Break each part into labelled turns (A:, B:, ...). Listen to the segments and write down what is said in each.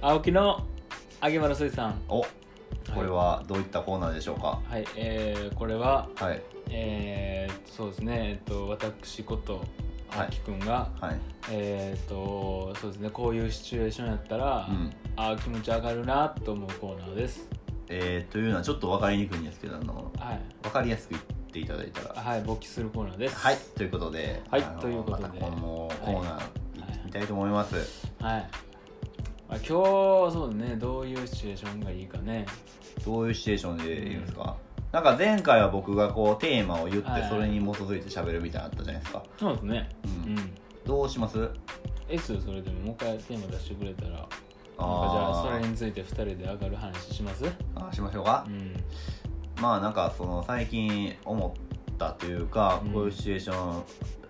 A: 青木の揚げ丸水産
B: おこれはどういったコーナーでしょうか
A: はい、えー、これは
B: はい
A: えー、そうですね、えっと、私こと
B: はい
A: 青木くんが、
B: はい
A: えーっとそうですねこういうシチュエーションやったら、
B: うん
A: ああ気持ち上がるなと思うコーナーです
B: えー、というのはちょっと分かりにくいんですけどあの
A: はい
B: 分かりやすく言っていただいたら
A: はい勃起するコーナーです
B: はいということで
A: はい
B: あの
A: ということで
B: またこのコーナー行ってみたいと思います、
A: はいまあ、今日そうだねどういうシチュエーションがいいかね
B: どういうシチュエーションで言うんですか、なんか前回は僕がこうテーマを言って
A: はいはい
B: それに基づいて喋るみたいなのあったじゃないですか、
A: そうですね
B: う
A: うんん
B: どうします
A: えっすよそれでももう一回テーマ出してくれたらなんかじゃあ
B: あ
A: そ
B: ー
A: れについて2人で上がる話します
B: あーしましょうか
A: う、ん
B: まあなんかその最近思ったというか、
A: うん
B: こういうシチュエーション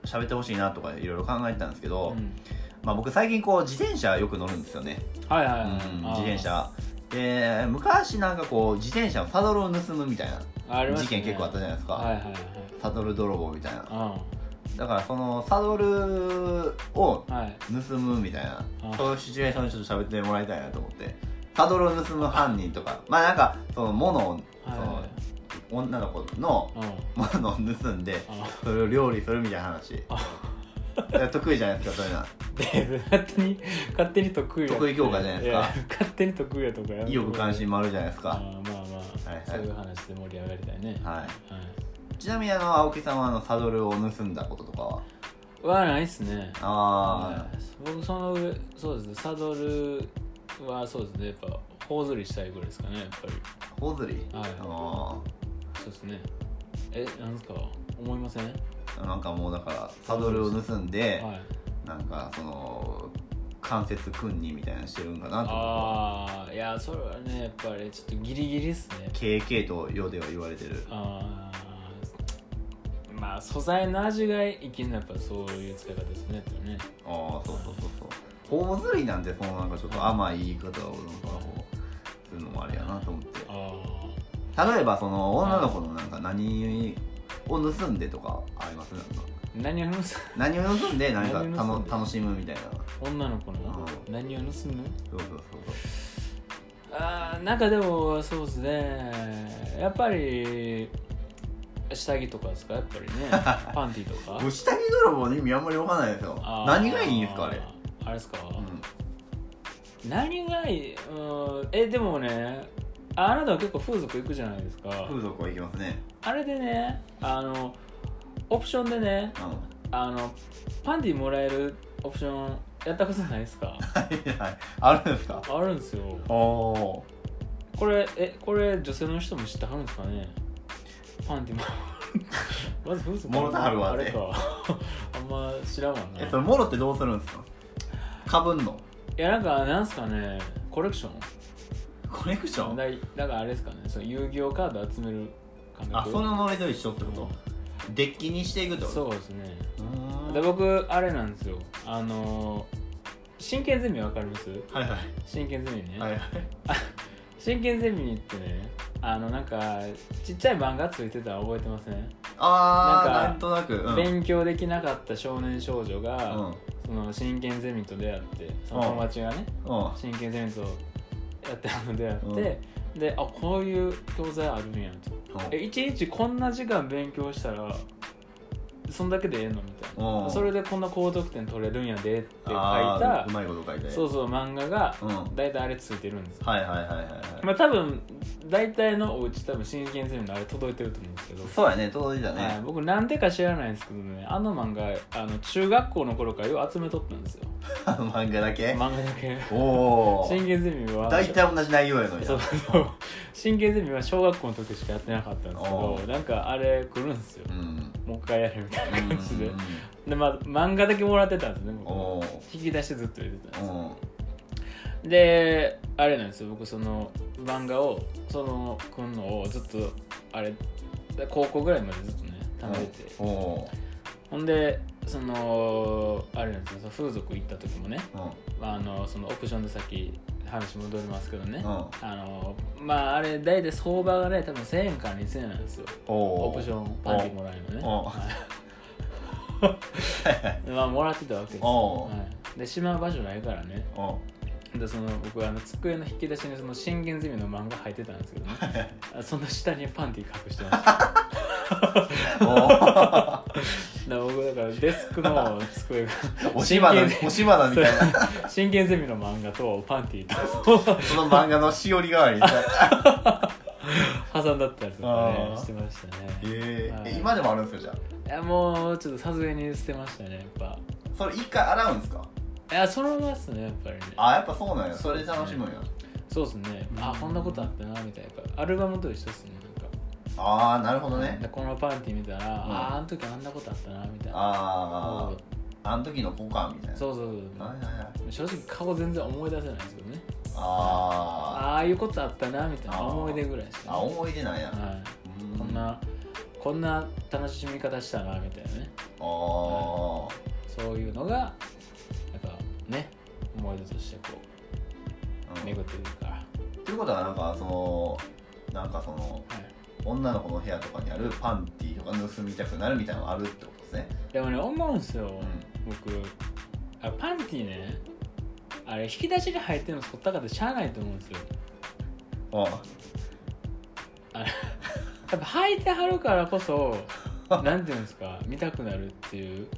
B: 喋ってほしいなとかいろいろ考えてたんですけど、
A: うん
B: まあ僕最近こう自転車よく乗るんですよね、
A: はいはいはい
B: うん、
A: あー
B: 自転車で昔なんかこう自転車のサドルを盗むみたいな
A: ありまし
B: 事件結構あったじ
A: ゃ
B: ゃないですか、
A: はいはいはい
B: サドル泥棒みたいな
A: あ
B: だからそのサドルを
A: ーはい
B: 盗むみたいな
A: あ
B: そういうシチュエーションにちょっと喋ってもらいたいなと思ってサドルを盗む犯人とかまあなんかその物をそ
A: はい
B: の
A: はい
B: 女の子の
A: うん
B: 物を盗んで
A: あ
B: それを料理するみたいな話いや得意じゃないですかそういうの は
A: で勝手に勝手に得意や
B: 得意教科じゃないですか
A: や 勝手に得意やとかやめて
B: 意欲関心もあるじゃないです
A: あ
B: か
A: ーまあまあ、
B: はいはい
A: そういう話で盛り上がりたいね
B: は
A: はい
B: ちなみにあの青木さんはあのサドルを盗んだこととかはい
A: はないっすね
B: あ
A: 僕その上そうですねサドルはそうですねやっぱ頬ずりしたいぐらいですかねやっぱり
B: あ頬ずり
A: はい
B: あ
A: そうですねえなんですか思いませんは
B: ーなんかもうだからサドルを盗んで、
A: い
B: なんかその関節訓にみたいなのしてるんかなと思っ
A: ああいやそれはねやっぱりちょっとギリギリっすね
B: て KK と世では言われてる
A: あーまあ素材の味が生きるのはやっぱそういう使い方ですねやっぱね
B: ああそうそうそうそう頬ずりなんてそのなんかちょっと甘い言い方をなんかこうするのもあれやなと思って
A: あ
B: 例えばその女の子のなんか何を盗んでとかありますなんか
A: あ何を盗む
B: 何を盗んで何か
A: 何を
B: た
A: 盗ん
B: の
A: で
B: 楽しむみたいな
A: 女の子の
B: う
A: 何を盗む
B: そうそうそう
A: あーなんかでもそうですねやっぱり下着とかですかやっぱ りねパンティと
B: そう
A: か
B: 下着泥棒の意味あんまりわかんないですよ
A: あー
B: 何がいいんですかあれ
A: あれですか、
B: うん
A: 何がいいうーんえでもねああなたは結構風俗行くじゃないですか
B: 風俗はいきますね
A: あれでねあのオプションでね
B: うんは
A: あのパンティもらえるオプションやったことないですか
B: いはいあるんですか
A: あるんですよ
B: おお
A: これえこれ女性の人も知ってはるんですかねパンティも まず風俗
B: もろてはるわ
A: あ
B: ね
A: れかあんま知らんわな
B: えそれもろってどうするんですかかぶんの
A: いやなんかなんすかねコレクション
B: コレクション
A: だだからあれですかねその遊戯王カード集める感
B: あ
A: 覚
B: そのノリと一緒ってこと、デッキにしていくってこと
A: そうですね
B: うーん
A: で僕あれなんですよあの真剣ゼミわかります
B: はいは
A: 真剣ゼミね、
B: いはいはい
A: 真剣ゼミってねあのなんかちっちゃい漫画ついてたら覚えてません、
B: あー
A: なん
B: な
A: か
B: んとなくうん、
A: 勉強できなかった少年少女が、
B: うん
A: その真剣ゼミと出会ってその友達がね、
B: うん
A: 真剣ゼミとやってるの出会って、であこういう教材あるんやとえ一日こんな時間勉強したらそんだけでええのみたい
B: うん
A: なそれでこんな高得点取れるんやでって書い
B: あ
A: た
B: ーうまいこと書いて
A: そうそう漫画が
B: うんはい
A: 大体あれついてるんですよ
B: はいはいはいはい
A: まあ多分大体のおうち多分真剣ゼミのあれ届いてると思うんですけど
B: そうやね届いた
A: はい
B: ね、
A: 僕なんでか知らないんですけどねあの漫画あの中学校の頃からよう集めとったんですよ
B: あの漫画だけ
A: 漫画だけ
B: おお
A: 真剣ゼミは
B: 大体同じ内容やのに
A: そうそう真剣ゼミは小学校の時しかやってなかったんですけ
B: お
A: ど
B: う
A: なんかあれ来るんですよ
B: うんうん
A: もう一回やるみたいな感じで
B: うん
A: でまあ漫画だけもらってたんですね僕
B: おー
A: 引き出してずっと入れてたん
B: う
A: で
B: ん
A: すであれなんですよ僕その漫画をそのくんのをずっとあれ高校ぐらいまでずっとね貯めてて
B: おお
A: ほんでそのあれなんですよその風俗行った時もね
B: ー
A: あのそのオプションでさっき話戻りますけどね、
B: うんうん
A: あのまああれ大体相場がね多分1000円から2000円なんですよ
B: お
A: オプションパンティもらえるのね
B: おお
A: はいまあもらってたわけですよ
B: おお
A: はい、でしまう場所ないからね
B: お
A: でその僕あの机の引き出しにその信玄ゼミの漫画入ってたんですけどねあその下にパンティ隠してました だか
B: お
A: ら僕だからデスクの机が
B: おしばなおしばなみたいな
A: 真剣ゼミの漫画とパンティーと
B: その漫画のしおり代わりに さ
A: 挟んだったりとか
B: あ
A: ね
B: ー
A: してましたね
B: えー
A: は
B: え
A: い
B: 今でもあるんですかじゃあ
A: いやもうちょっとさすがに捨てましたねやっぱ
B: それ一回洗うんですか
A: いやそのままっすねやっぱりね
B: あやっぱそうなんやそれで楽しむんや
A: そうですねあこんなことあったなみたいなアルバムと一緒ですねなんか
B: ああなるほどね
A: でこのパンティー見たら、
B: ん
A: あああの時あんなことあったなみたいな
B: あ
A: そう
B: ああの時の子かみたいな
A: そうそうそう
B: はいはいはい
A: 正直顔全然思い出せないんですけどね
B: あ
A: ああいうことあったなみたいな
B: あー
A: 思い出ぐらいです
B: ーあ
A: ね
B: 思い出なんや
A: は
B: う
A: い、こんなこんな楽しみ方したなみたいなね
B: あー
A: そういうのがなんかね思い出としてこう
B: うん
A: 巡ってくるから、は
B: っていうことはなんかそのなんかその女の子の部屋とかにあるパンティーとか盗みたくなるみたいなのあるってことですね
A: い、でもね思うんですよ、
B: う
A: 僕あパンティねあれ引き出しに入ってるのそったかってしゃあないと思うんですよ
B: んあ
A: やっぱ履いてはるからこ そなんていうんですか見たくなるっていう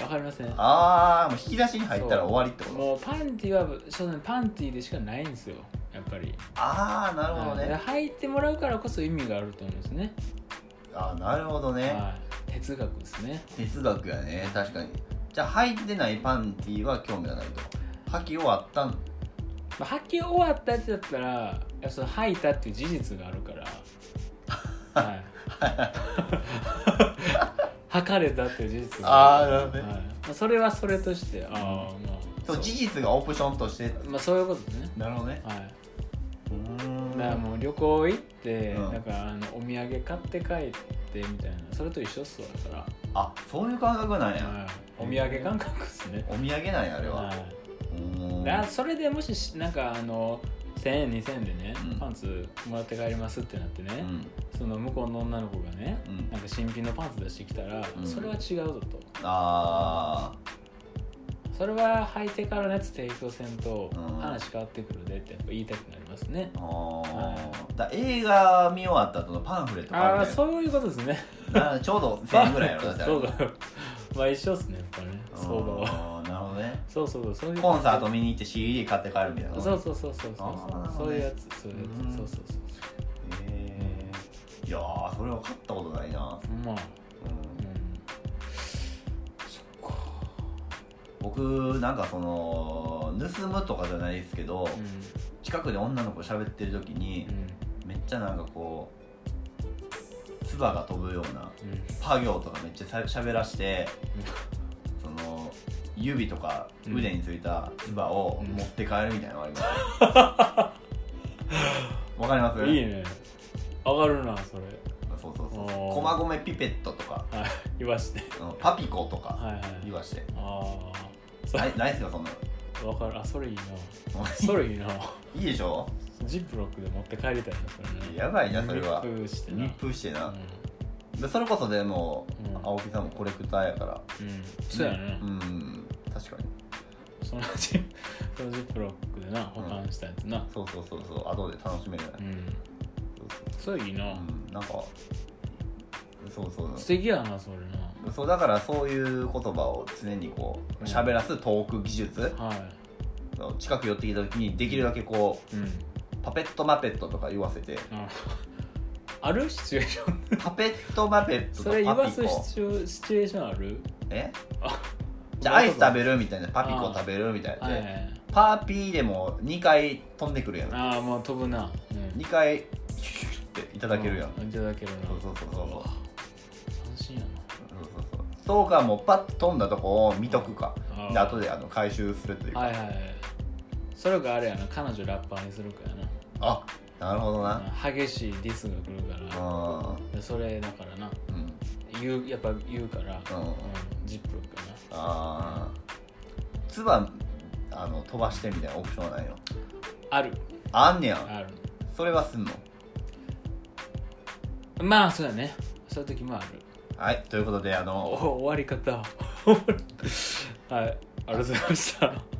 A: わかりません
B: あーもう引き出しに入ったら終わりってこと
A: もうパンティは所詮パンティでしかないんですよやっぱり
B: ああなるほど
A: はいで
B: ね
A: 履いてもらうからこそ意味があると思うんですね
B: あーなるほどね
A: はい哲学ですね
B: 哲学やね確かにじゃあ入ってないパンティーは興味がないと履き終わったん
A: まあ、履き終わったやつだったらいやその吐いたっていう事実があるから はい吐かれたっていう事実が
B: あーなるほ
A: る
B: どね
A: はいまあ、それはそれとしてああまあ
B: そう事実がオプションとして
A: まあそういうことね
B: なるほどね
A: はい、
B: うーん
A: だからもう旅行行って、
B: うん
A: なんかあのお土産買って帰ってみたいなそれと一緒っすわだか
B: あそういう感覚なん
A: ら、
B: や
A: はい、お土産感覚っすね、
B: お土産なんやあれは
A: は
B: うー
A: い、
B: ん
A: だからそれでもししなんかあの1000円2000円でね、
B: うん
A: パンツもらって帰りますってなってね、
B: うん
A: その向こうの女の子がね
B: うん
A: なんか新品のパンツ出してきたら、
B: うん
A: それは違うぞと
B: あ
A: それは履いてからのやつ提供せんと
B: うん
A: 話変わってくるでってやっぱ言いたくなりますね、
B: ーあ
A: は
B: ーだ映画見終わった後のパンフレット買
A: あ
B: う
A: あ
B: ね
A: そういうことですね
B: なちょうど1000円ぐ らいやろだってあれ
A: そうかまあ一緒っすねやっぱね相場は
B: あーなるほどね
A: そうそうそうそういう
B: コンサート見に行って CD 買って帰るみたいな
A: そうそうそうそう
B: あーなる
A: そうそ
B: ほ
A: う
B: どね
A: いうやつそういうや
B: うん
A: つそうそうそう
B: へーいやーそれ分かったことないな、
A: まあ
B: うん
A: うんそっか
B: 僕なんかその盗むとかじゃないですけど、
A: う
B: 近くで女の子喋ってる時に
A: ん、うん
B: めっちゃなんかこう唾が飛ぶような
A: うん
B: パ行とかめっちゃさ喋らしてその指とか腕についた唾を持って帰るみたいなのがありま すわかります
A: いいね上がるなそれ
B: そうそうそう
A: おー
B: 駒込ピペットとか
A: はい言わして
B: あのパピコとか
A: はいはい
B: 言わして
A: あ
B: ないないっすかそんな
A: あわかるあそれいいな
B: の
A: それい いな
B: いいでしょ
A: ジップロックで持って帰りたいなそれね
B: やばいなそれは
A: リップしてな
B: 密封して
A: う、
B: なんでそれこそでも
A: うん
B: 青木さんもコレクターやから
A: うんそうやね
B: うん確かに
A: そのジそのジップロックでな保管したやつな
B: そうそうそうそう後で楽しめるよ
A: う
B: ね
A: ん
B: そうそ
A: そ
B: う
A: れいいな、
B: うんなんかそうそう
A: 素敵やなそれな
B: そうだからそういう言葉を常にこう喋らすトーク技術
A: は
B: 近く寄ってきた時にできるだけこ
A: い、うん、
B: うパペットマペットとか言わせ て
A: ああるシチュエーション
B: パペットマペットと
A: それ言
B: パ
A: わ
B: ピ
A: すシ
B: コ
A: チュシチュエーションある
B: え
A: あ
B: じゃあアイス食べるみたいなパピコ食べるみたいな
A: はいはい
B: で
A: はい
B: パーピーでも2回飛んでくるやん2
A: ああもう飛ぶな、うん、い
B: 回シュッシュッっていただけるやん
A: いただけるな
B: そうそうそうそうそう
A: 斬新や
B: そうそうそうかもうパッと飛んだとこを見とくか
A: な
B: で後であの回収するというか
A: はいはいはいそれがあれやな彼女ラッパーにするかやな
B: あなるほどな
A: 激しいディスが来るから
B: あ
A: でそれだからな
B: ーうん
A: 言うやっぱ言うから、
B: う
A: うんんジップロックか
B: あーつばあの飛ばしてみたいなオプションはないの
A: なある
B: あんねや
A: ある
B: それはすんの
A: まあそうだねそういう時もある
B: はいということであ
A: お
B: の
A: 終わり方はいありがとうございました